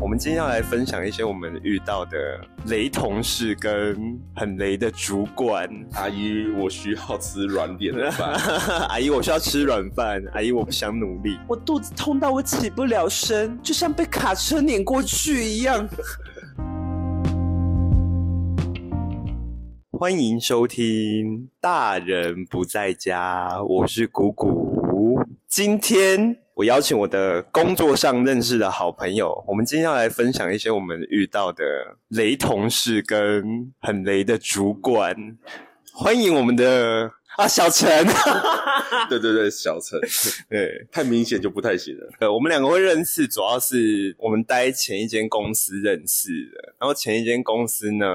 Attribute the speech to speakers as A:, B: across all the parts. A: 我们今天要来分享一些我们遇到的雷同事跟很雷的主管。
B: 阿姨，我需要吃软点的饭。
A: 阿姨，我需要吃软饭。阿姨，我不想努力。
C: 我肚子痛到我起不了身，就像被卡车碾过去一样。
A: 欢迎收听《大人不在家》，我是谷谷。今天我邀请我的工作上认识的好朋友，我们今天要来分享一些我们遇到的雷同事跟很雷的主管。欢迎我们的啊小陈，
B: 对对对，小陈，
A: 对，
B: 太明显就不太行了。
A: 呃，我们两个会认识，主要是我们待前一间公司认识的。然后前一间公司呢，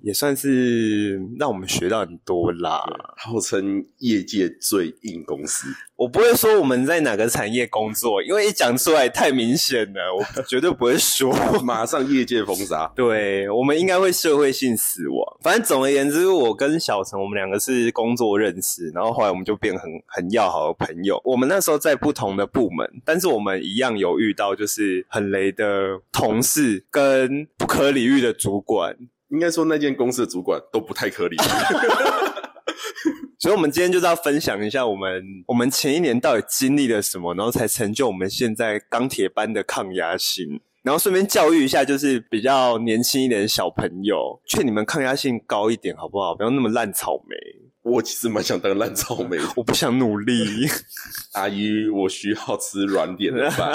A: 也算是让我们学到很多啦。
B: 号称业界最硬公司，
A: 我不会说我们在哪个产业工作，因为一讲出来太明显了，我绝对不会说。
B: 马上业界封杀。
A: 对，我们应该会社会性死亡。反正总而言之，我跟小陈，我们两个是工作认识，然后后来我们就变很很要好的朋友。我们那时候在不同的部门，但是我们一样有遇到就是很雷的同事跟不可理喻的主管，
B: 应该说那间公司的主管都不太可 理喻。
A: 所以，我们今天就是要分享一下我们我们前一年到底经历了什么，然后才成就我们现在钢铁般的抗压性。然后顺便教育一下，就是比较年轻一点的小朋友，劝你们抗压性高一点，好不好？不要那么烂草莓。
B: 我其实蛮想当烂草莓。
A: 我不想努力，
B: 阿姨，我需要吃软点 的饭。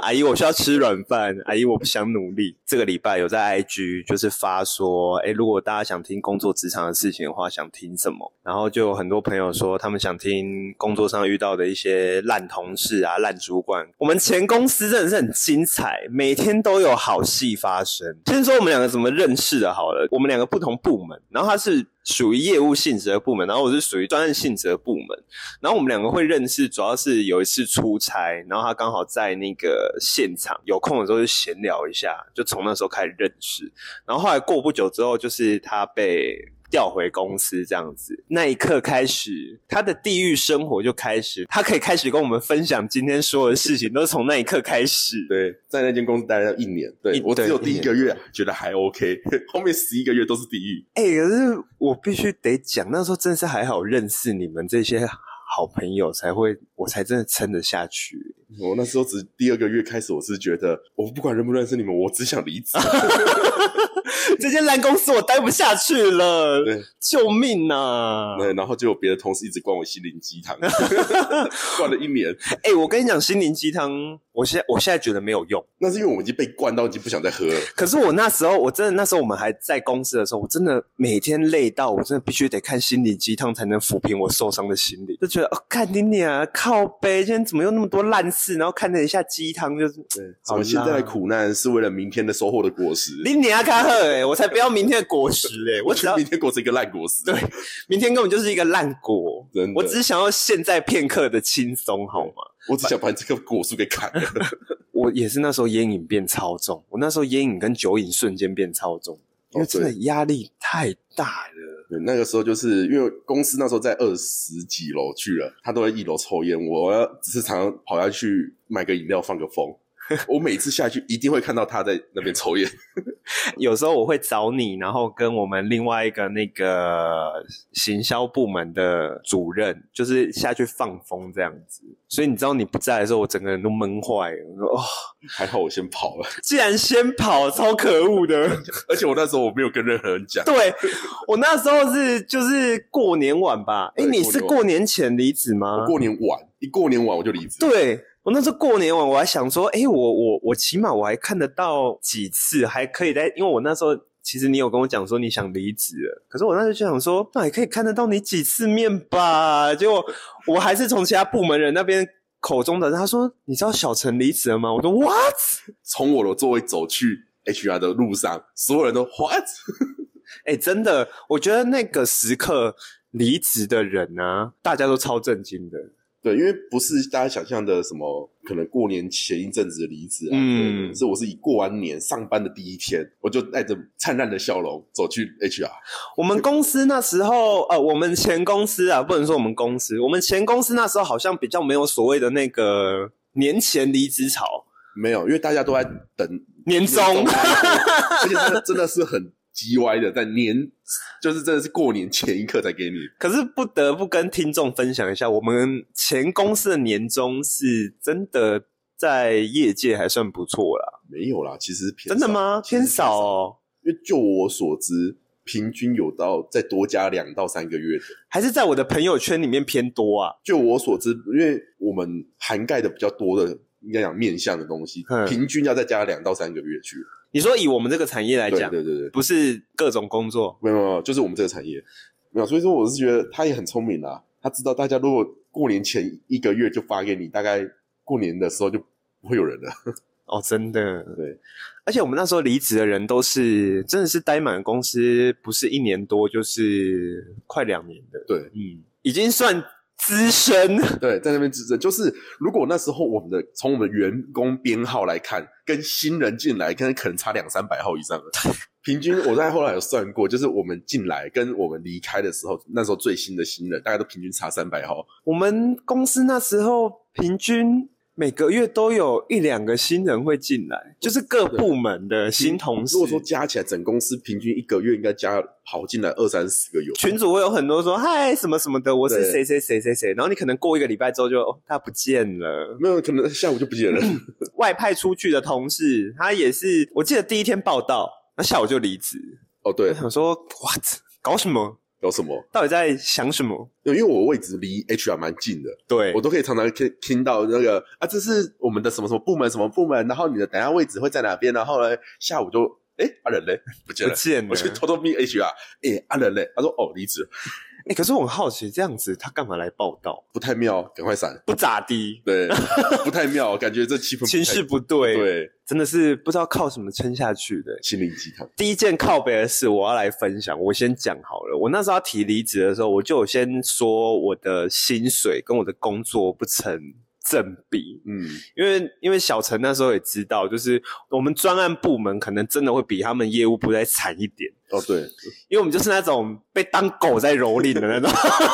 A: 阿姨，我需要吃软饭。阿姨，我不想努力。这个礼拜有在 IG 就是发说，哎，如果大家想听工作职场的事情的话，想听什么？然后就有很多朋友说，他们想听工作上遇到的一些烂同事啊、烂主管。我们前公司真的是很精彩，每天都有好戏发生。先说我们两个怎么认识的，好了，我们两个不同部门，然后他是。属于业务性质的部门，然后我是属于专案性质的部门，然后我们两个会认识，主要是有一次出差，然后他刚好在那个现场，有空的时候就闲聊一下，就从那时候开始认识。然后后来过不久之后，就是他被调回公司这样子，那一刻开始，他的地狱生活就开始，他可以开始跟我们分享今天所有的事情，都是从那一刻开始。
B: 对，在那间公司待了一年，
A: 一
B: 对我只有
A: 对
B: 第
A: 一
B: 一个月觉得还 OK，后面十一个月都是地狱。
A: 哎、可是我必须得讲，那时候真是还好认识你们这些好朋友，才会我才真的撑得下去。
B: 我那时候只第二个月开始，我是觉得我不管认不认识你们，我只想离职。
A: 这间烂公司我待不下去了，
B: 对
A: 救命啊！
B: 对，然后就有别的同事一直灌我心灵鸡汤， 灌了一年。
A: 哎、我跟你讲，心灵鸡汤，我现在我现在觉得没有用。
B: 那是因为我们已经被灌到已经不想再喝了。
A: 可是我那时候，我真的那时候我们还在公司的时候，我真的每天累到，我真的必须得看心灵鸡汤才能抚平我受伤的心灵，就觉得哦，看你俩靠背，今天怎么有那么多烂事？然后看了一下鸡汤，就是
B: 对，
A: 好啦
B: 我们现在的苦难是为了明天的收获的果实。
A: 你俩卡赫哎，我才不要明天的果实哎、我
B: 我
A: 只
B: 觉得
A: 要
B: 明天果是一个烂果实。
A: 对明天根本就是一个烂果，
B: 真的
A: 我只是想要现在片刻的轻松，好吗？
B: 我只想把这个果树给砍了。
A: 我也是那时候烟瘾变超重，我那时候烟瘾跟酒瘾瞬间变超重，因
B: 哦
A: 为真的压力太大了。
B: 对，那个时候就是因为公司那时候在二十几楼去了，他都在一楼抽烟，我要只是常常跑下去买个饮料放个 风。我每次下去一定会看到他在那边抽烟，
A: 有时候我会找你，然后跟我们另外一个那个行销部门的主任，就是下去放风这样子。所以你知道你不在的时候，我整个人都闷坏了。我说哦，
B: 还好我先跑了，
A: 既然先跑，超可恶的。
B: 而且我那时候我没有跟任何人讲，
A: 对我那时候是就是过年晚吧？哎，
B: 对
A: 你是
B: 过年晚
A: 过年前离职吗
B: 我？过年晚一过年晚我就离职，
A: 对我那时候过年晚，我还想说，哎、我我我起码我还看得到几次，还可以在，因为我那时候其实你有跟我讲说你想离职了，可是我那时候就想说，那也可以看得到你几次面吧。结果我还是从其他部门人那边口中的他说，你知道小陈离职了吗？我说 what？
B: 从我的座位走去 HR 的路上，所有人都 what？
A: 哎、真的，我觉得那个时刻离职的人啊，大家都超震惊的。
B: 对，因为不是大家想象的什么，可能过年前一阵子的离职啊，
A: 嗯
B: 嗯，是我是以过完年上班的第一天，我就带着灿烂的笑容走去 HR，
A: 我们公司那时候，呃，我们前公司啊，不能说我们公司，我们前公司那时候好像比较没有所谓的那个年前离职潮。
B: 没有，因为大家都在等
A: 年终
B: 而且真的真的是很叽歪的，在年就是真的是过年前一刻才给你。
A: 可是不得不跟听众分享一下，我们前公司的年终是真的在业界还算不错啦。
B: 没有啦，其实偏
A: 真的
B: 少
A: 吗？
B: 其实
A: 偏少哦，
B: 因为就我所知，平均有到再多加两到三个月的。
A: 还是在我的朋友圈里面偏多啊？
B: 就我所知，因为我们涵盖的比较多的，应该讲面向的东西
A: 嗯，
B: 平均要再加两到三个月去。
A: 你说以我们这个产业来
B: 对
A: 讲，
B: 对对对，
A: 不是各种工作，
B: 没有没有没有，就是我们这个产业没有。所以说，我是觉得他也很聪明啦，他知道大家如果过年前一个月就发给你，大概过年的时候就不会有人了。
A: 哦，真的
B: 对。
A: 而且我们那时候离职的人都是真的是待满公司，不是一年多就是快两年的，
B: 对
A: 嗯，已经算资深。
B: 对，在那边指正，就是如果那时候我们的从我们员工编号来看，跟新人进来，可能可能差两三百号以上了。平均我在后来有算过，就是我们进来跟我们离开的时候，那时候最新的新人大概都平均差三百号。
A: 我们公司那时候平均每个月都有一两个新人会进来，就是各部门的新同事。
B: 如果说加起来，整公司平均一个月应该加跑进来二三十个有。
A: 群主会有很多说嗨什么什么的，我是
B: 对
A: 谁谁谁谁谁，然后你可能过一个礼拜之后就、哦、他不见了。
B: 没有，可能下午就 不见了。
A: 外派出去的同事，他也是，我记得第一天报道，那下午就离职。
B: 哦，
A: 我
B: 对，
A: 想说 what 搞什么？
B: 有什么？
A: 到底在想什么？
B: 因为我位置离 HR 蛮近的，
A: 对
B: 我，都可以常常听听到那个啊，这是我们的什么什么部门什么部门，然后你的等下位置会在哪边，然后呢下午就哎阿仁嘞 不见
A: 不
B: 了，
A: 见了
B: 我。去偷偷密 HR，哎阿仁嘞，他说哦离职了
A: 哎、可是我很好奇，这样子他干嘛来报道？
B: 不太妙，赶快闪，
A: 不咋地，
B: 对， 不太妙，感觉这气氛不太
A: 情绪不对，
B: 对，
A: 真的是不知道靠什么撑下去的。
B: 心灵鸡汤，
A: 第一件靠北的事，我要来分享。我先讲好了，我那时候要提离职的时候，我就有先说我的薪水跟我的工作不成正比，
B: 嗯，
A: 因为因为小陈那时候也知道，就是我们专案部门可能真的会比他们业务部再惨一点，
B: 哦对，
A: 因为我们就是那种被当狗在蹂躏的那种，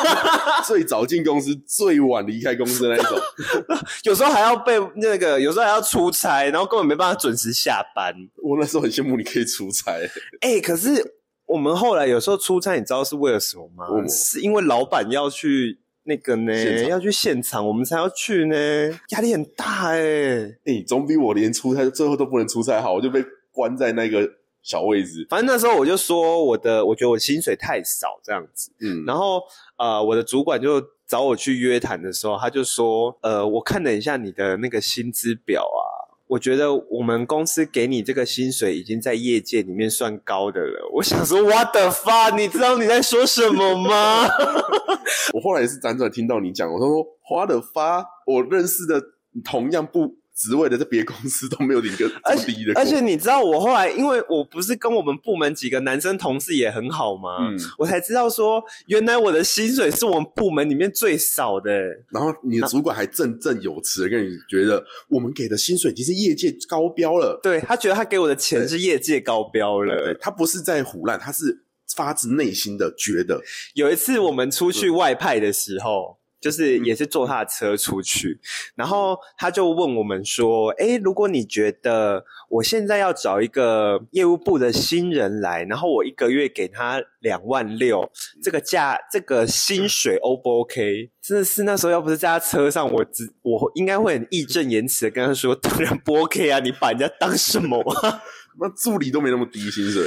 B: 最早进公司，最晚离开公司的那一种，
A: 有时候还要被那个，有时候还要出差，然后根本没办法准时下班。
B: 我那时候很羡慕你可以出差，
A: 哎、可是我们后来有时候出差，你知道是为了什么吗？
B: 为什么
A: 是因为老板要去那个
B: 现
A: 呢，
B: 场
A: 要去现场，我们才要去呢，压力很大哎、
B: 哎、总比我连出差最后都不能出差好，我就被关在那个小位置。
A: 反正那时候我就说我的，我觉得我薪水太少这样子。
B: 嗯，
A: 然后呃，我的主管就找我去约谈的时候，他就说，呃，我看了一下你的那个薪资表啊。我觉得我们公司给你这个薪水已经在业界里面算高的了。我想说，what the fuck？你知道你在说什么吗？
B: 我后来也是辗转听到你讲，我说花的发，我认识的同样不职位的在别公司都没有领个
A: 而
B: 这么
A: 且
B: 低的过，
A: 而且你知道，我后来因为我不是跟我们部门几个男生同事也很好吗？
B: 嗯，
A: 我才知道说，原来我的薪水是我们部门里面最少的、
B: 然后你的主管还振振有词地跟你觉得我们给的薪水已经是业界高标了，
A: 对他觉得他给我的钱
B: 对
A: 是业界高标了。
B: 对他不是在胡乱，他是发自内心的觉得，
A: 有一次我们出去外派的时候，就是也是坐他的车出去，然后他就问我们说：“诶，如果你觉得我现在要找一个业务部的新人来，然后我一个月给他两万六，这个价这个薪水 O 不 OK？” 真的是那时候要不是在他车上，我只我应该会很义正言辞的跟他说：“当然不 OK 啊，你把人家当什么啊？”
B: 那助理都没那么低薪水，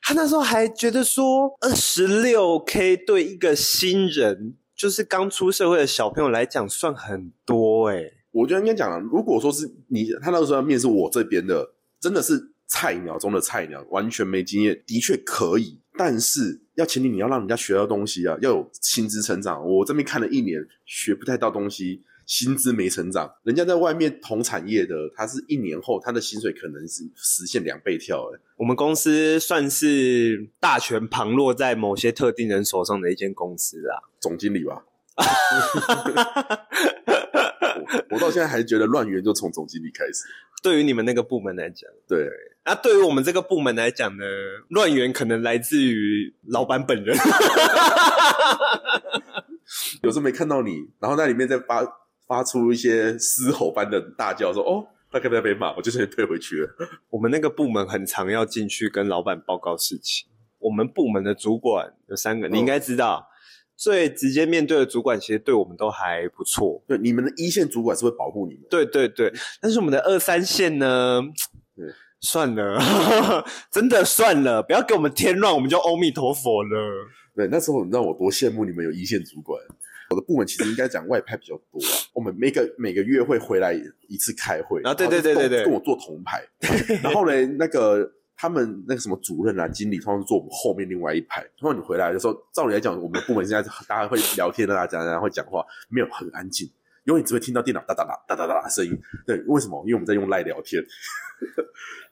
A: 他那时候还觉得说，二十六 k 对一个新人，就是刚出社会的小朋友来讲，算很多欸诶、
B: 我觉得应该讲啊，如果说是你，他那个时候要面试我这边的，真的是菜鸟中的菜鸟，完全没经验，的确可以，但是要前提你要让人家学到东西啊，要有薪资成长。我这边看了一年，学不太到东西，薪资没成长。人家在外面同产业的，他是一年后他的薪水可能是实现两倍跳、欸，
A: 我们公司算是大权旁落在某些特定人手上的一间公司啦。
B: 总经理吧。 我我到现在还觉得乱源就从总经理开始，
A: 对于你们那个部门来讲，
B: 对，
A: 那、对于我们这个部门来讲呢，乱源可能来自于老板本人。
B: 有时候没看到你，然后在里面再发发出一些嘶吼般的大叫，说：“哦，大概在被骂，我就先退回去了。
A: 我们那个部门很常要进去跟老板报告事情。我们部门的主管有三个，你应该知道，最直接面对的主管其实对我们都还不错。
B: 对，你们的一线主管是会保护你们，
A: 对对对，但是我们的二三线呢
B: 对，
A: 算了， 真的算了，不要给我们添乱，我们就阿弥陀佛了。
B: 对，那时候你知道我多羡慕你们有一线主管。我的部门其实应该讲外派比较多啊，我们每个每个月会回来一次开会，
A: 啊对
B: 然后
A: 对对
B: 跟
A: 对对
B: 跟我做 同排，然后呢，那个他们那个什么主任啊、经理，通常是坐我们后面另外一排。然后你回来的时候，照理来讲，我们部门现在大家会聊天啊，大家会讲话，没有很安静，因为你只会听到电脑哒哒哒哒哒哒的声音。对，为什么？因为我们在用赖聊天，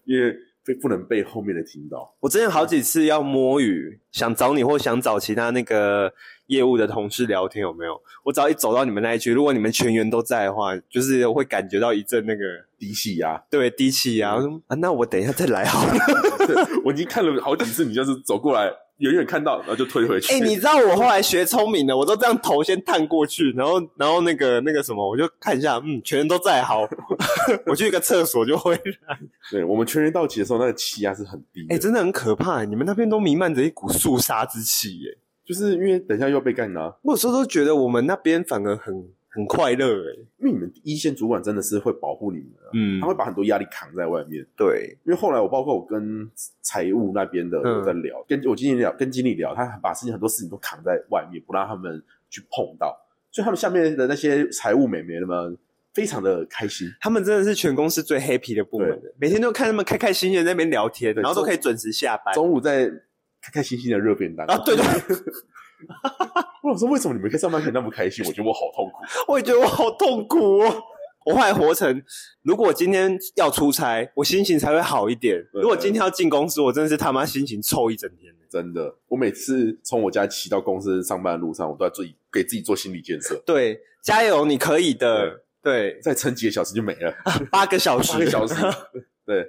B: 因为被不能被后面的听到。
A: 我之前好几次要摸鱼，想找你或想找其他那个业务的同事聊天，有没有？我只要一走到你们那一区，如果你们全员都在的话，就是会感觉到一阵那个
B: 低气压，
A: 对低气压、我说啊。那我等一下再来好了。
B: 我已经看了好几次，你就是走过来，远远看到，然后就推回去。
A: 哎、你知道我后来学聪明了，我都这样头先探过去，然后然后那个那个什么，我就看一下，嗯，全员都在，好， 我去一个厕所就会。
B: 对我们全员到齐的时候，那个气压是很低的。
A: 哎、真的很可怕，你们那边都弥漫着一股肃杀之气耶。
B: 就是因为等一下又要被干了、
A: 我有时候都觉得我们那边反而很很快乐哎。
B: 因为你们一线主管真的是会保护你们的、
A: 嗯
B: 他会把很多压力扛在外面。
A: 对，
B: 因为后来我包括我跟财务那边的
A: 嗯
B: 有在聊，跟我经理聊，跟经理聊，他把事情很多事情都扛在外面，不让他们去碰到，所以他们下面的那些财务美眉们非常的开心。
A: 他们真的是全公司最 happy 的部门了，每天都看他们开开心心地在那边聊天，
B: 对
A: 然后都可以准时下班。
B: 中午在开开心心的热便当
A: 啊，对对，
B: 我想说为什么你们可以上班可以那么开心？我觉得我好痛苦。
A: 我也觉得我好痛苦哦。我后来活成，如果今天要出差，我心情才会好一点。
B: 对
A: 如果今天要进公司，我真的是他妈心情臭一整天。欸
B: 真的，我每次从我家骑到公司上班的路上，我都在自己给自己做心理建 设，
A: 对，加油，你可以的。对，
B: 再撑几个小时就没了，
A: 八啊个小时，
B: 八个小时。对，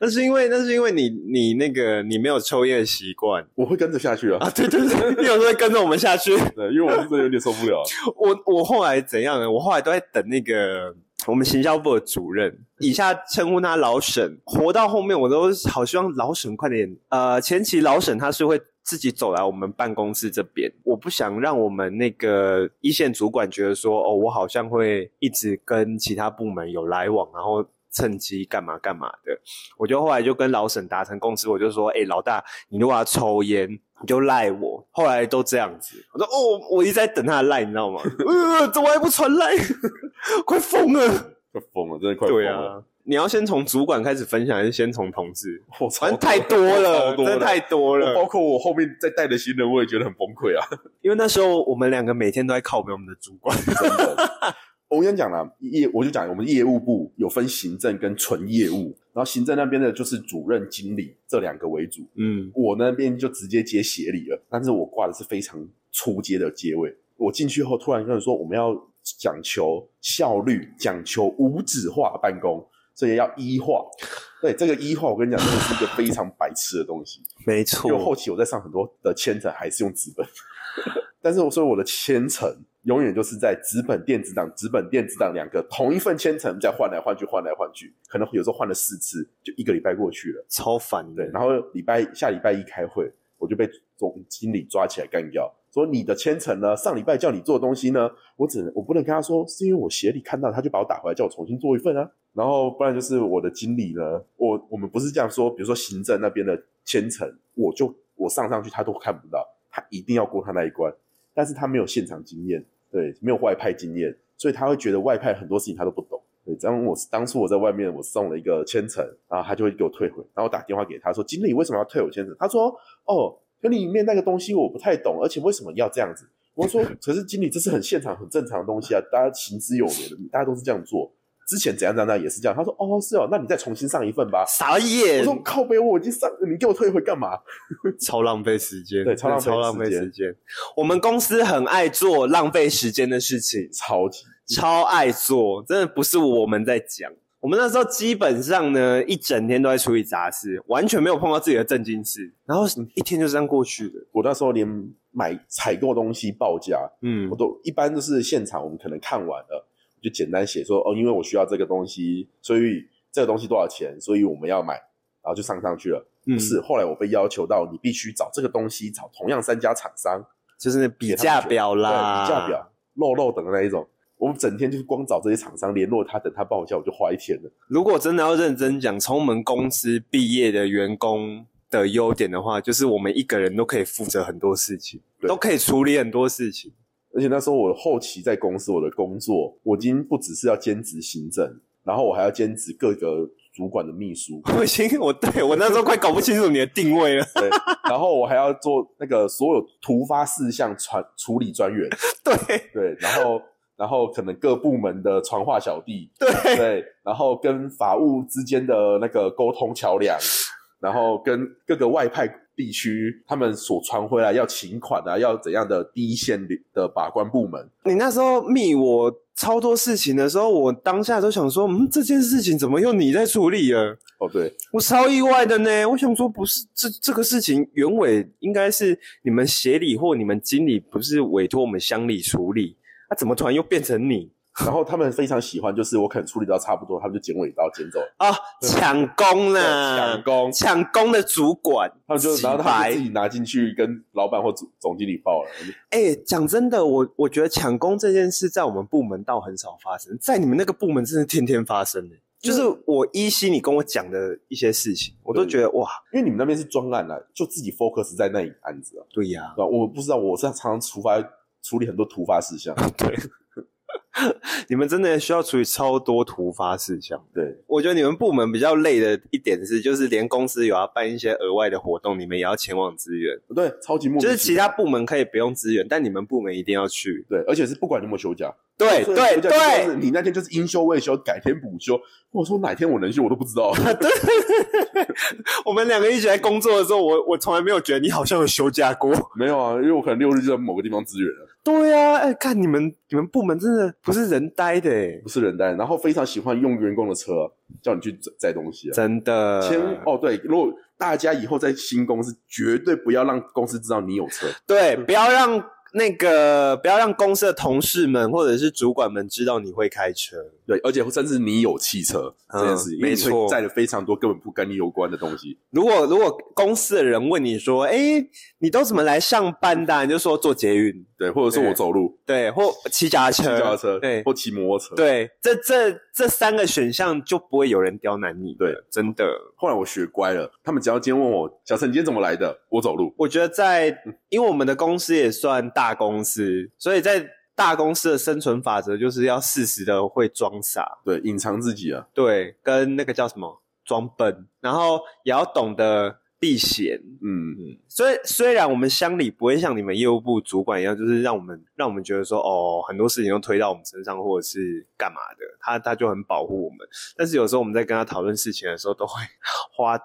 A: 那是因为那是因为你你那个你没有抽烟的习惯
B: 我会跟着下去啊
A: 啊，。对对对，你有时候会跟着我们下去。
B: 对，因为我真的有点受不了。啊
A: 我我后来怎样呢？我后来都在等那个我们行销部的主任，以下称呼他老沈。活到后面，我都好希望老沈快点。呃，前期老沈他是会自己走来我们办公室这边，我不想让我们那个一线主管觉得说，哦，我好像会一直跟其他部门有来往，然后。趁机干嘛干嘛的，我就后来就跟老沈达成共识，我就说，哎、老大，你如果要抽烟，你就赖我。后来都这样子，我说哦，我一直在等他的赖，你知道吗？ 呃，怎么还不传赖？ 快疯了！
B: 快疯了，真的快疯
A: 对
B: 了！
A: 啊，你要先从主管开始分享，还是先从同事？
B: 我
A: 反
B: 操，
A: 正太多了，
B: 超多嗯
A: 真的太多
B: 我包
A: 了。
B: 括我后面再带的新人，我也觉得很崩溃 啊！
A: 因为那时候我们两个每天都在靠背我们的主管。
B: 真的。我跟你讲啦，业我就讲我们业务部有分行政跟纯业务，然后行政那边的就是主任、经理这两个为主，
A: 嗯，
B: 我那边就直接接协理了，但是我挂的是非常初阶的阶位。我进去后，突然跟人说我们要讲求效率，讲求无纸化办公，所以要一化。对，这个一化，我跟你讲，这个是一个非常白痴的东西。
A: 没
B: 因为后
A: 错。
B: 期我在上很多的千层，还是用纸本， 但是我说我的千层永远就是在纸本、电子档、纸本、电子档两个同一份千层，再换来换去，换来换去，可能有时候换了四次，就一个礼拜过去了。
A: 超烦的
B: 对，，然后礼拜下礼拜一开会，我就被总经理抓起来干掉，说你的千层呢，上礼拜叫你做的东西呢，我只能我不能跟他说，是因为我协理看到他就把我打回来，叫我重新做一份啊。然后不然就是我的经理呢，我我们不是这样说，比如说行政那边的千层，我就我上上去他都看不到，他一定要过他那一关，但是他没有现场经验，对，没有外派经验，所以他会觉得外派很多事情他都不懂。对，当我当初我在外面，我送了一个千层，然后他就会给我退回，然后我打电话给他说：“经理为什么要退我千层？”他说：“哦，可里面那个东西我不太懂，而且为什么要这样子？”我说：“可是经理，这是很现场、很正常的东西啊，大家行之有年的，大家都是这样做。之前怎样怎样怎样也是这样。”他说：“哦，是哦，那你再重新上一份吧。”
A: 傻眼
B: 我，说：“靠背，我已经上，你给我退回干嘛？”
A: 超浪费时间，
B: 对超浪费
A: 真的浪费
B: 时间
A: 时间。我们公司很爱做浪费时间的事情，
B: 超级
A: 超爱做，真的不是我们在讲。我们那时候基本上呢，一整天都在处理杂事，完全没有碰到自己的正经事，然后一天就这样过去了。
B: 我那时候连买采购东西报价，
A: 嗯
B: 我，都一般都是现场，我们可能看完了，我就简单写说哦，因为我需要这个东西，所以这个东西多少钱，所以我们要买，然后就上上去了。
A: 嗯
B: 不是，后来我被要求到，你必须找这个东西，找同样三家厂商，
A: 就是那比价表啦，
B: 对，比价表、肉肉等的那一种。我们整天就是光找这些厂商联络他，等他报价，我就花一天了。
A: 如果真的要认真讲，从我们公司毕业的员工的优点的话，就是我们一个人都可以负责很多事情，
B: 对
A: 都可以处理很多事情。
B: 而且那时候我后期在公司我的工作，我已经不只是要兼职行政，然后我还要兼职各个主管的秘书，
A: 我已经，我对我那时候快搞不清楚你的定位了。
B: 对， 然后我还要做那个所有突发事项传处理专员，
A: 对
B: 对，然后然后可能各部门的传话小弟，
A: 对，
B: 对，然后跟法务之间的那个沟通桥梁，然后跟各个外派地区他们所传回来要请款啊，要怎样的第一线的把关部门，
A: 你那时候密我超多事情的时候，我当下都想说，嗯，这件事情怎么又你在处理了？
B: 哦，对，
A: 我超意外的呢。我想说，不是这这个事情原委应该是你们协理或你们经理，不是委托我们乡里处理，那、怎么突然又变成你？
B: 然后他们非常喜欢，就是我可能处理到差不多，他们就剪尾刀剪走，
A: 啊，抢功啦，
B: 抢功，
A: 抢功的主管，
B: 他们就
A: 洗
B: 然后他们就自
A: 白。
B: 己拿进去跟老板或总总经理报了，
A: 哎，讲真的，我我觉得抢功这件事在我们部门倒很少发生，在你们那个部门真是天天发生的。就是我依稀你跟我讲的一些事情，我都觉得哇，
B: 因为你们那边是专案啊，就自己 focus 在那一个案子啊，
A: 对呀、
B: 对吧？我不知道，我是常常突发处理很多突发事项，
A: 你们真的需要处理超多突发事项。
B: 对，
A: 我觉得你们部门比较累的一点是，就是连公司有要办一些额外的活动，你们也要前往支援。
B: 对，超级莫名
A: 就是
B: 其
A: 其
B: 妙
A: 他部门可以不用支援，但你们部门一定要去。
B: 对，而且是不管你有没有休假，
A: 对
B: 所
A: 对
B: 以休假就是
A: 对，
B: 你那天就是应休未休，改天补休，我说哪天我能休我都不知道，
A: 我们两个一起来工作的时候，我我从来没有觉得你好像有休假过。
B: 没有啊，因为我可能六日就在某个地方支援了，
A: 对啊，哎、看你们你们部门真的不是人呆的、欸
B: 不，是人单，然后非常喜欢用员工的车啊叫你去载载东西啊，
A: 真的。
B: 千哦，对，如果大家以后在新公司，绝对不要让公司知道你有车。
A: 对，不要让那个不要让公司的同事们或者是主管们知道你会开车。
B: 对，而且甚至你有汽车、
A: 嗯
B: 这件事情，因为
A: 没
B: 你会
A: 错
B: 载了非常多根本不跟你有关的东西。
A: 如果如果公司的人问你说：“哎，你都怎么来上班的啊、你就说坐捷运，
B: 对，或者说
A: 对
B: 我走路、
A: 对，或骑脚踏车，
B: 骑脚踏车，
A: 对
B: 或骑摩托车。，
A: 对，这这这三个选项就不会有人刁难你。
B: 对，
A: 真的。
B: 后来我学乖了，他们只要今天问我，小陈你今天怎么来的，我走路。
A: 我觉得在，因为我们的公司也算大公司，所以在大公司的生存法则就是要适时的会装傻，
B: 对，隐藏自己啊，
A: 对，跟那个叫什么装笨，然后也要懂得避嫌。
B: 嗯，
A: 所以虽然我们乡里不会像你们业务部主管一样，就是让我们让我们觉得说哦，很多事情都推到我们身上或者是干嘛的，他他就很保护我们。但是有时候我们在跟他讨论事情的时候，都会 花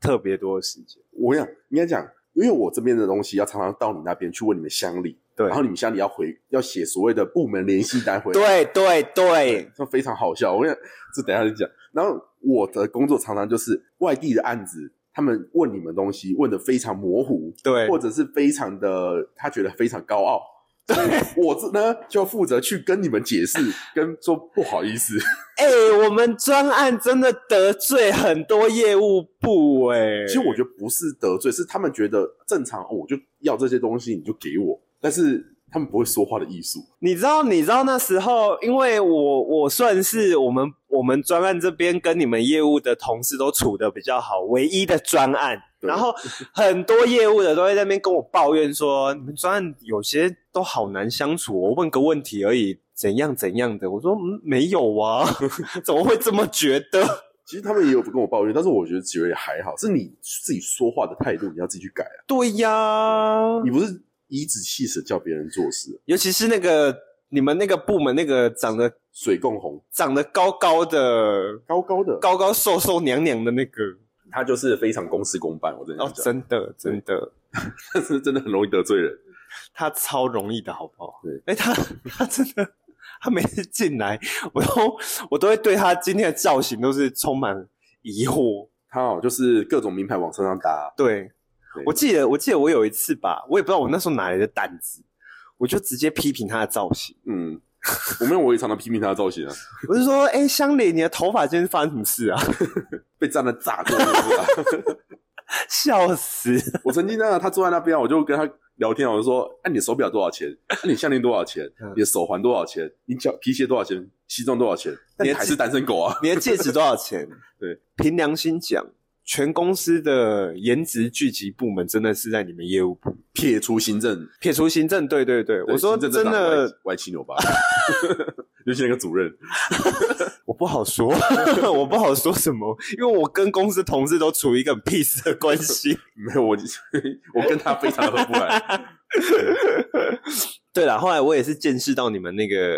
A: 特别多的时间。
B: 我跟你讲，应该讲，因为我这边的东西要常常到你那边去问你们乡里，
A: 对
B: 然后你们乡里要回要写所谓的部门联系单回，
A: 对对对，
B: 这非常好笑。我跟你讲，这等一下就讲。然后我的工作常常就是外地的案子，他们问你们东西问的非常模糊，
A: 对，
B: 或者是非常的他觉得非常高傲。 所
A: 哎
B: 以我这呢就负责去跟你们解释，跟说不好意思，
A: 哎、我们专案真的得罪很多业务部哎、
B: 其实我觉得不是得罪，是他们觉得正常，哦我就要这些东西，你就给我。但是他们不会说话的艺术，
A: 你知道，你知道那时候，因为我我算是我们我们专案这边跟你们业务的同事都处的比较好，唯一的专案。
B: 对
A: 然后很多业务的都会在那边跟我抱怨说，你们专案有些都好难相处。我问个问题而已，怎样怎样的？我说嗯，没有啊， 怎么会这么觉得？
B: 其实他们也有跟我抱怨，但是我觉得觉得也还好，是你自己说话的态度，你要自己去改啊。
A: 对呀，
B: 你不是颐指气使叫别人做事，
A: 尤其是那个你们那个部门那个长得
B: 水共红
A: 长得高高的、
B: 高高的，
A: 高高瘦瘦、娘娘的那个。
B: 他就是非常公事公办，我真
A: 哦，
B: 讲，
A: 真的真的，
B: 但是真的 很容易得罪人。
A: 他超容易的好不好？
B: 对，
A: 哎、他他真的，他每次进来，我都我都会对他今天的造型都是充满疑惑。
B: 他哦，就是各种名牌往身上搭，
A: 对，
B: 对
A: 我记得我记得我有一次吧，我也不知道我那时候哪来的胆子，我就直接批评他的造型。
B: 嗯，我没有，我也常常批评他的造型啊，
A: 我是说，哎、香菱，你的头发今天发生什么事啊？
B: 被站了炸过。是不是啊
A: 笑死！
B: 我曾经呢，他坐在那边啊，我就跟他聊天啊，我就说：“哎、你的手表多少钱？哎、你项链多少钱
A: 嗯？
B: 你的手环多少钱？你脚皮鞋多少钱？西装多少钱？但
A: 你
B: 你
A: 的
B: 还
A: 指
B: 是单身狗啊！
A: 你的戒指多少 钱？
B: 对，
A: 凭良心讲，全公司的颜值聚集部门真的是在你们业务部，
B: 撇除行政，
A: 撇除行政，对对对，我说
B: 行政
A: 真
B: 长
A: 的，
B: 歪歪七扭八， 尤其那个主任，
A: 我不好说， 我不好说什么，因为我跟公司同事都处于一个很 peace 的关系。
B: 没有我， 我跟他非常合不来。
A: 对啦，后来我也是见识到你们那个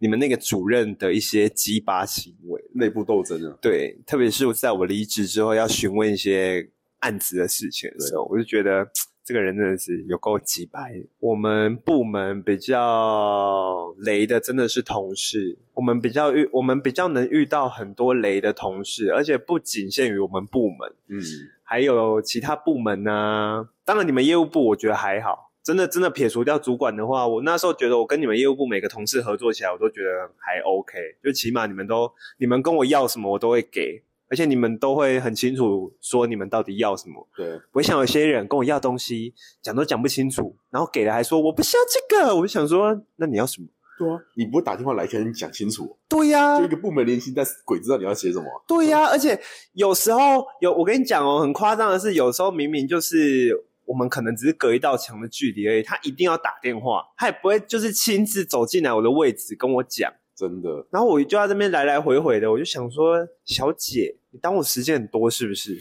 A: 你们那个主任的一些鸡巴行为，
B: 内部斗争啊，
A: 对，特别是在我离职之后要询问一些案子的事情的时候，我就觉得这个人真的是有够鸡掰的。我们部门比较雷的真的是同事，我们比较遇我们比较能遇到很多雷的同事，而且不仅限于我们部门，
B: 嗯，
A: 还有其他部门啊。当然，你们业务部我觉得还好，真的真的撇除掉主管的话，我那时候觉得我跟你们业务部每个同事合作起来，我都觉得还 OK，就起码你们都你们跟我要什么我都会给，而且你们都会很清楚说你们到底要什么。
B: 对，啊
A: 我想有些人跟我要东西讲都讲不清楚，然后给了还说我不需要这个，我就想说那你要什么？
B: 对啊，你不会打电话来跟人讲清楚，啊
A: 对呀、
B: 就一个部门联系，但是鬼知道你要写什么啊、
A: 对呀、而且有时候有，我跟你讲哦，很夸张的是，有时候明明就是我们可能只是隔一道墙的距离而已，他一定要打电话，他也不会就是亲自走进来我的位置跟我讲，
B: 真的，
A: 然后我就在这边来来回回的，我就想说，小姐，你当我时间很多是不是？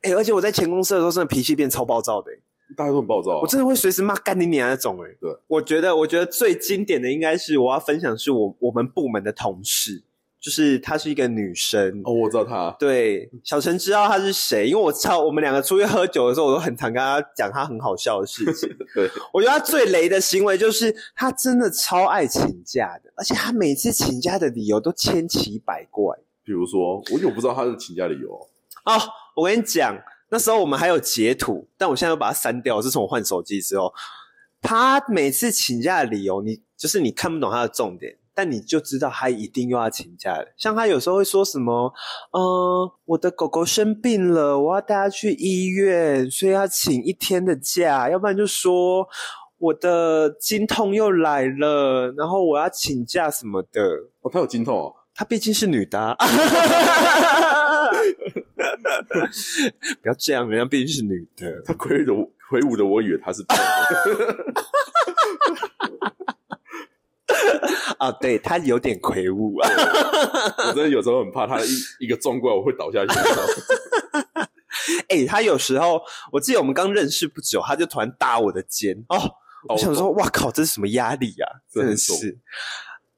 A: 哎、而且我在前公司的时候，真的脾气变超暴躁的、欸
B: 大家都很暴躁、啊
A: 我。真的会随时骂干你娘那种哎、欸
B: 对，
A: 我觉得我觉得最经典的应该是我要分享是我我们部门的同事，就是她是一个女生
B: 哦，我知 道他，
A: 对，小陈知道他是谁，因为我操，我们两个出去喝酒的时候，我都很常跟他讲他很好笑的事情。
B: 对，
A: 我觉得他最雷的行为就是他真的超爱请假的，而且他每次请假的理由都千奇百怪。
B: 比如说，我有不知道他的请假理由，
A: 哦，我跟你讲，那时候我们还有截图，但我现在要把它删掉。自从我换手机之后，他每次请假的理由，你就是你看不懂他的重点，但你就知道他一定又要请假了。像他有时候会说什么，呃，我的狗狗生病了，我要带它去医院，所以要请一天的假，要不然就说。我的经痛又来了，然后我要请假什么的。
B: 哦，他有经痛哦，
A: 她毕竟是女的、啊， 不要这样，人家毕竟是女的。
B: 他挥着挥舞的，我以为他是
A: 啊，对她有点魁 梧啊。
B: 我真的有时候很怕他的一一个撞过来，我会倒 下去。
A: 哎、她有时候，我记得我们刚认识不久，她就突然搭我的肩哦，我想说，哇靠，这是什么压力啊？
B: 这
A: 真的
B: 很重
A: 是。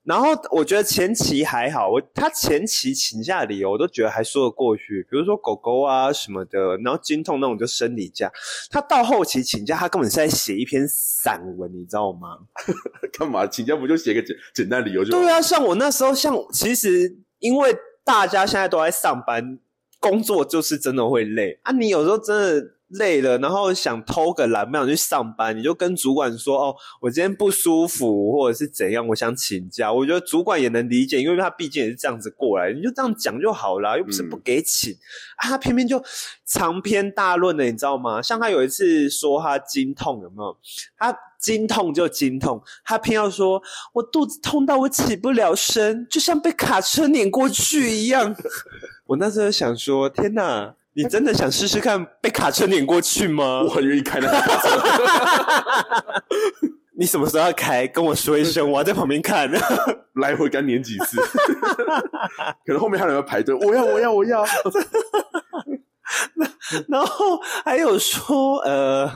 A: 然后我觉得前期还好，我她前期请假的理由我都觉得还说得过去，比如说狗狗啊什么的，然后经痛那种就生理假。她到后期请假，她根本是在写一篇散文，你知道吗？
B: 干嘛请假不就写个简简单理由就好？
A: 对啊，像我那时候，像其实因为大家现在都在上班，工作就是真的会累啊。你有时候真的累了，然后想偷个懒，不想去上班，你就跟主管说：“哦，我今天不舒服，或者是怎样，我想请假。”我觉得主管也能理解，因为他毕竟也是这样子过来，你就这样讲就好啦，又不是不给请、啊。他偏偏就长篇大论的，你知道吗？像他有一次说他经痛，有没有？他经痛就经痛，他偏要说我肚子痛到我起不了身，就像被卡车碾过去一样。 我那时候想说，天哪，你真的想试试看被卡车碾过去吗
B: 我？很愿意开那个车，
A: 你什么时候要开？跟我说一声，我要在旁边看。
B: 来回干撵几次， 可能后面还有人要排队，我要我要我要，
A: 然后还有说，呃，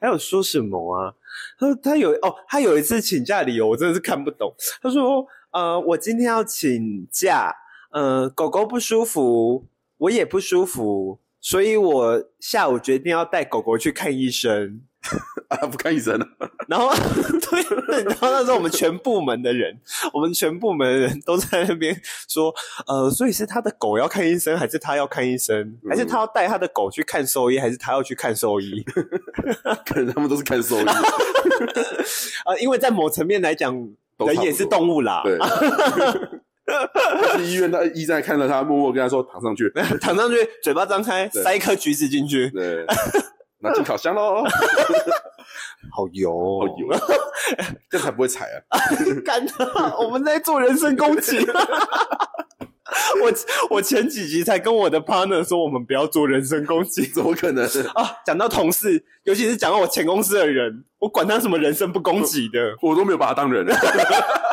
A: 还有说什么啊？他他有哦，他有一次请假理由我真的是看不懂。他说，呃，我今天要请假，呃，狗狗不舒服，我也不舒服，所以我下午决定要带狗狗去看医生。
B: 啊不看医生了，
A: 然后对，然后那时候我们全部门的人，我们全部门的人都在那边说，呃，所以是他的狗要看医生，还是他要看医生，还是他要带他的狗去看兽医，还是他要去看兽医？
B: 可能他们都是看兽医，
A: 啊、因为在某层面来讲，
B: 都
A: 人
B: 差不
A: 也是
B: 多
A: 动物啦，
B: 对。但是医院，他医生还看着他，默默跟他说躺上去。
A: 躺上去，嘴巴张开，
B: 对
A: 塞一颗橘子进去，
B: 对， 拿进烤箱喽，
A: 好油、哦，
B: 好油， 这才不会踩啊！
A: 干他！我们在做人身攻击。 我我前几集才跟我的 partner 说，我们不要做人身攻击
B: 怎么可能？
A: 啊。讲到同事，尤其是讲到我前公司的人，我管他什么人身不攻击的，
B: 我都没有把他当人。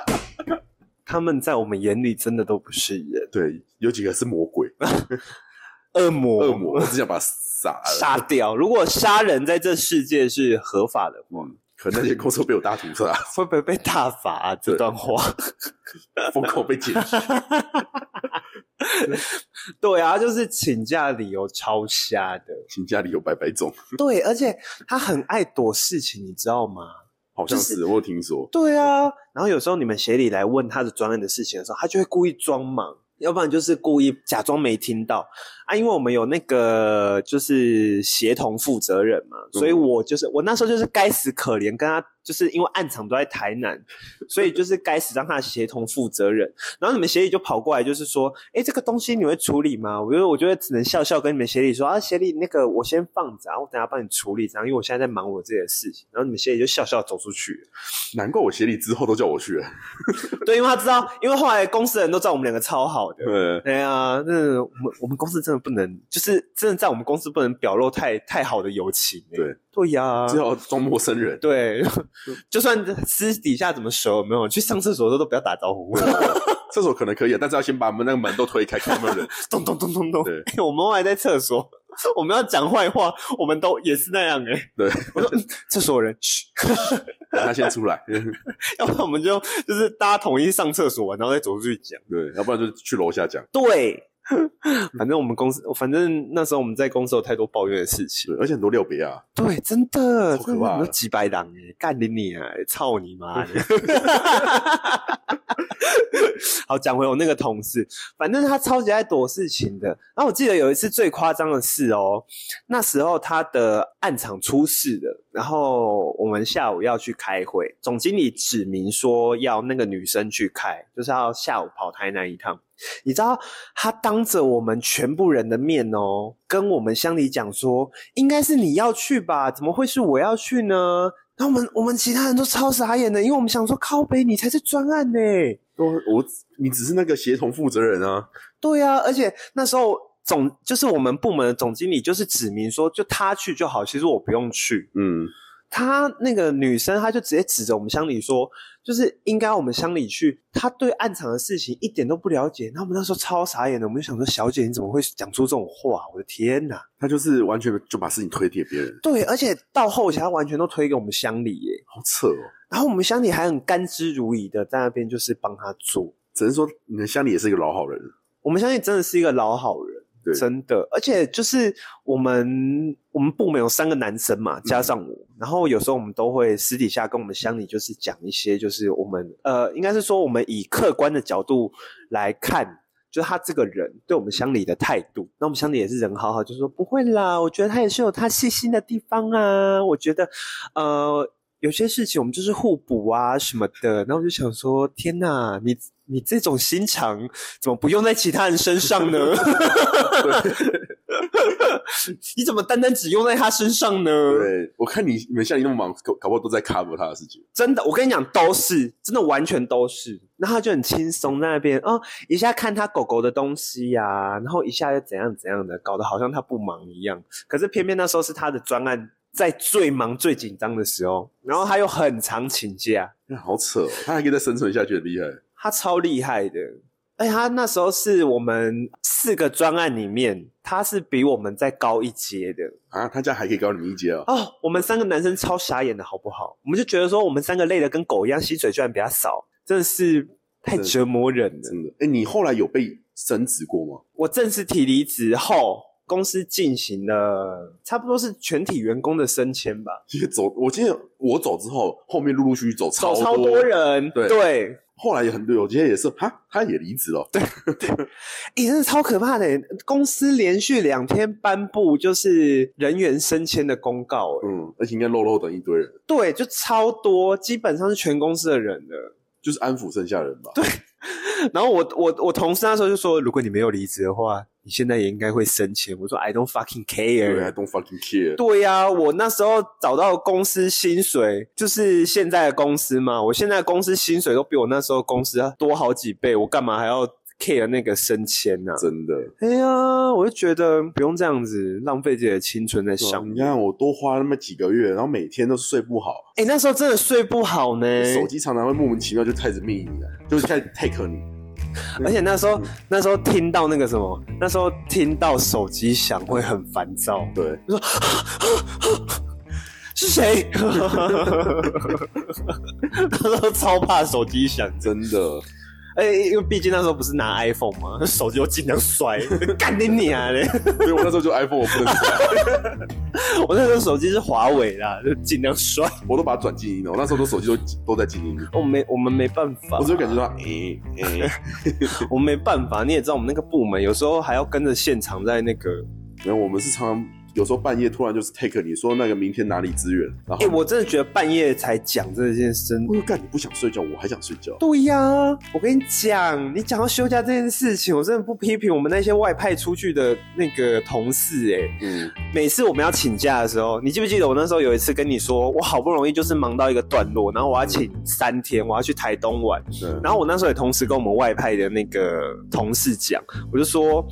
A: 他们在我们眼里真的都不是人，
B: 对，有几个是魔鬼、
A: 恶魔，
B: 恶魔，我只想把他杀了。
A: 杀掉。如果杀人在这世界是合法的，
B: 嗯，可能那些公司被我大屠杀，
A: 会不会被大法、啊？这段话，
B: 风口被剪辑。
A: 对嗯啊，就是请假理由超瞎的。
B: 请家里有白白种，
A: 对，而且他很爱躲事情，你知道吗？
B: 好像
A: 就是
B: 我有听说。
A: 对啊，然后有时候你们协理来问他的专案的事情的时候，他就会故意装忙，要不然就是故意假装没听到啊。因为我们有那个就是协同负责人嘛，所以
B: 嗯
A: 我就是我那时候就是该死可怜，跟他就是因为暗场都在台 南，所以就是该死让他协同负责人。然后你们协理就跑过来，就是说，哎，这个东西你会处理吗？我觉得我觉得只能笑笑跟你们协理说啊，协理那个我先放着啊，我等下帮你处理，这样因为我现在在忙我自己的事情。然后你们协理就笑笑走出去了。
B: 难怪我协理之后都叫我 去了。
A: 对，因为他知道，因为后来公司的人都知道我们两个超好的。
B: 呃，
A: 对啊，那我们我们公司真的不能，就是真的在我们公司不能表露太太好的友情、欸。
B: 对，啊
A: 对呀、
B: 只好装陌生人。
A: 对， 就算私底下怎么熟，有没有去上厕所的时候都不要打招 呼。
B: 厕所可能可以，啊，但是要先把门那个门都推开，看有没有人。
A: 咚咚咚咚咚，
B: 对
A: 欸我们后来在厕所，我们要讲坏话，我们都也是那样哎、欸
B: 对，
A: 我说嗯厕所有人，嘘，
B: 让他先出来。
A: 要不然我们就就是大家统一上厕所完，然后再走出去讲。
B: 对，要不然就去楼下讲。
A: 对，反正我们公司，反正那时候我们在公司有太多抱怨的事情。
B: 对，而且很多料别啊，
A: 对，真的，
B: 超可
A: 真的
B: 怕的啊
A: 很多几百狼哎，干你你啊，操你妈的！ 好，讲回我那个同事，反正他超级爱躲事情的。然后我记得有一次最夸张的事哦，那时候他的暗场出事了，然后我们下午要去开会，总经理指明说要那个女生去开，就是要下午跑台南一趟。你知道他当着我们全部人的面哦，跟我们乡里讲说，应该是你要去吧，怎么会是我要去呢？然后我们我们其他人都超傻眼的，因为我们想说靠北你才是专案呢、
B: 都我你只是那个协同负责人啊，
A: 对啊，而且那时候总就是我们部门的总经理就是指明说，就他去就好，其实我不用去。
B: 嗯，
A: 他那个女生，她就直接指着我们乡里说，就是应该我们乡里去。她对暗场的事情一点都不了解，那我们那时候超傻眼的，我们就想说，小姐你怎么会讲出这种话？我的天哪！
B: 他就是完全就把事情推给别人，
A: 对，而且到后期她完全都推给我们乡里耶，
B: 好扯哦。
A: 然后我们乡里还很甘之如饴的在那边就是帮她做。
B: 只能说你的乡里也是一个老好人，
A: 我们相信真的是一个老好人，
B: 对
A: 真的。而且就是我们我们部门有三个男生嘛，加上我，然后有时候我们都会私底下跟我们乡里就是讲一些，就是我们呃，应该是说我们以客观的角度来看。就是他这个人对我们乡里的态度，那我们乡里也是人好好，就说不会啦，我觉得他也是有他细心的地方啊，我觉得，呃，有些事情我们就是互补啊什么的。然后我就想说，天哪，你你这种心肠怎么不用在其他人身上呢？ 你怎么单单只用在他身上呢？
B: 对我看你你们乡里那么忙，搞搞不好都在 cover 他的事情，
A: 真的，我跟你讲，都是真的，完全都是。然后他就很轻松在那边哦，一下看他狗狗的东西呀、然后一下又怎样怎样的，搞得好像他不忙一样。可是偏偏那时候是他的专案在最忙最紧张的时候，然后他又很常请假。
B: 哎好扯哦，他还可以再生存下去，很厉害。
A: 他超厉害的。而且他那时候是我们四个专案里面，他是比我们再高一阶的
B: 啊，他家还可以高你们一阶啊、
A: 哦。我们三个男生超傻眼的好不好？我们就觉得说我们三个累得跟狗一样，薪水居然比他少，真的是太折磨人了。
B: 真的。哎、你后来有被升职过吗？
A: 我正式提离职后，公司进行了差不多是全体员工的升迁吧，
B: 其实走，我今天我走之后，后面陆陆续续走超
A: 走超多。人，
B: 对
A: 对
B: 后来有很多，有些也是哈，他也离职了。对，
A: 欸，真的超可怕的欸！公司连续两天颁布就是人员升迁的公告，欸
B: 嗯，而且应该漏漏等一堆人，
A: 对，就超多，基本上是全公司的人了。
B: 就是安抚剩下的人吧。
A: 然后我我我同事那时候就说，如果你没有离职的话，你现在也应该会升迁。我说 I don't fucking
B: 对，I
A: care。
B: 啊 don't fucking care。
A: 对呀、我那时候找到公司薪水就是现在的公司嘛，我现在的公司薪水都比我那时候公司多好几倍，我干嘛还要 care 那个升迁呢、
B: 真的，
A: 哎呀，我就觉得不用这样子浪费自己的青春在
B: 对啊
A: 上
B: 你
A: 面。
B: 看我多花那么几个月，然后每天都睡不好，
A: 哎、那时候真的睡不好呢，
B: 手机常常会莫名其妙就开始密你了，就是开始 take 你。
A: 而且那时候
B: 嗯
A: 那时候听到那个什么，那时候听到手机响会很烦躁。
B: 对，
A: 是谁？ 那时候超怕手机响，
B: 真的，
A: 哎、因为毕竟那时候不是拿 iPhone 嘛，手机就尽量摔， 干你你啊嘞！
B: 所以我那时候就 iPhone 我不能摔，
A: 我那时候手机是华为啦，就尽量摔。
B: 我都把它转静音了。我那时候都手机都都在静音，
A: 我没，我们没办法，
B: 我就感觉到，诶、诶、
A: 我们没办法。你也知道，我们那个部门有时候还要跟着现场在那个。
B: 然后我们是常常有时候半夜突然就是 take 你说那个明天哪里支援，然
A: 哎、
B: 后
A: 我真的觉得半夜才讲这件事真
B: 我。说干你不想睡觉，我还想睡觉。
A: 对呀、我跟你讲，你讲到休假这件事情，我真的不批评我们那些外派出去的那个同事、哎，
B: 嗯，
A: 每次我们要请假的时候，你记不记得我那时候有一次跟你说，我好不容易就是忙到一个段落，然后我要请三天，我要去台东玩。
B: 嗯对，
A: 然后我那时候也同时跟我们外派的那个同事讲，我就说，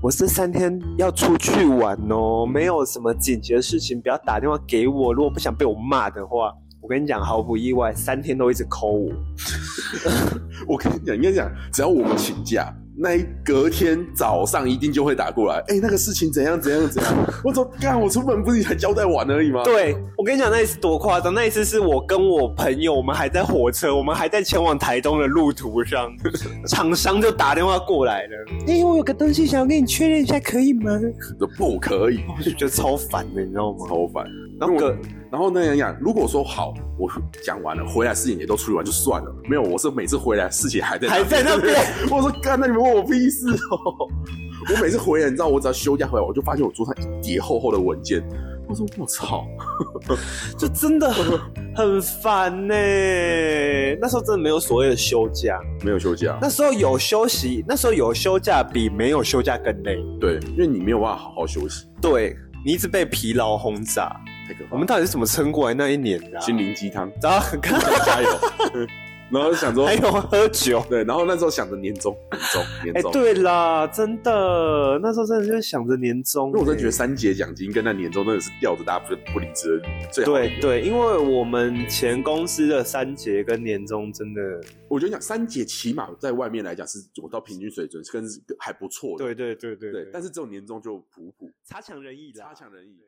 A: 我这三天要出去玩哦，没有什么紧急的事情，不要打电话给我，如果不想被我骂的话。我跟你讲，毫不意外，三天都一直抠我。
B: 我跟你讲，应该讲，只要我们请假，那一隔天早上一定就会打过来。哎、那个事情怎样怎样怎样？我说干，我出门不是才交代完而已吗？，
A: 对我跟你讲，那一次多夸张！那一次是我跟我朋友，我们还在火车，我们还在前往台东的路途 上，厂商就打电话过来了。哎、我有个东西想要跟你确认一下，可以吗？
B: 就不可以，
A: 我就觉得超烦的，你知道吗？
B: 超烦。
A: 然后隔
B: 然后那样讲，如果说好，我讲完了，回来事情也都处理完就算了。没有，我是每次回来事情还在
A: 还在那边。
B: 我说干，那你们问我屁事哦。我每次回来，你知道，我只要休假回来，我就发现我桌上一叠厚厚的文件。我说我操，
A: 就真的很 很烦呢、那时候真的没有所谓的休假，
B: 没有休啊假。
A: 那时候有休息，那时候有休假比没有休假更累。
B: 对，因为你没有办法好好休息，
A: 对你一直被疲劳轰炸，
B: 太可怕了。
A: 我们到底是怎么撑过来那一年的、啊？
B: 心灵鸡汤，
A: 然后
B: 加油。然后想说
A: 还，有喝酒。
B: 对，然后那时候想着年终，年终，年
A: 哎、
B: 终。
A: 对啦，真的，那时候真的就是想着年终、
B: 因为我真的觉得
A: 哎
B: 三节奖金跟那年终真的是吊着大家不不离职的最好的一
A: 对
B: 个。
A: 对，因为我们前公司的三节跟年终真的，
B: 我觉得讲三节起码在外面来讲是我到平均水准，是跟是还不错的。
A: 对对对对
B: 对，但是这种年终就普普，
A: 差强人意啦，
B: 差强人意。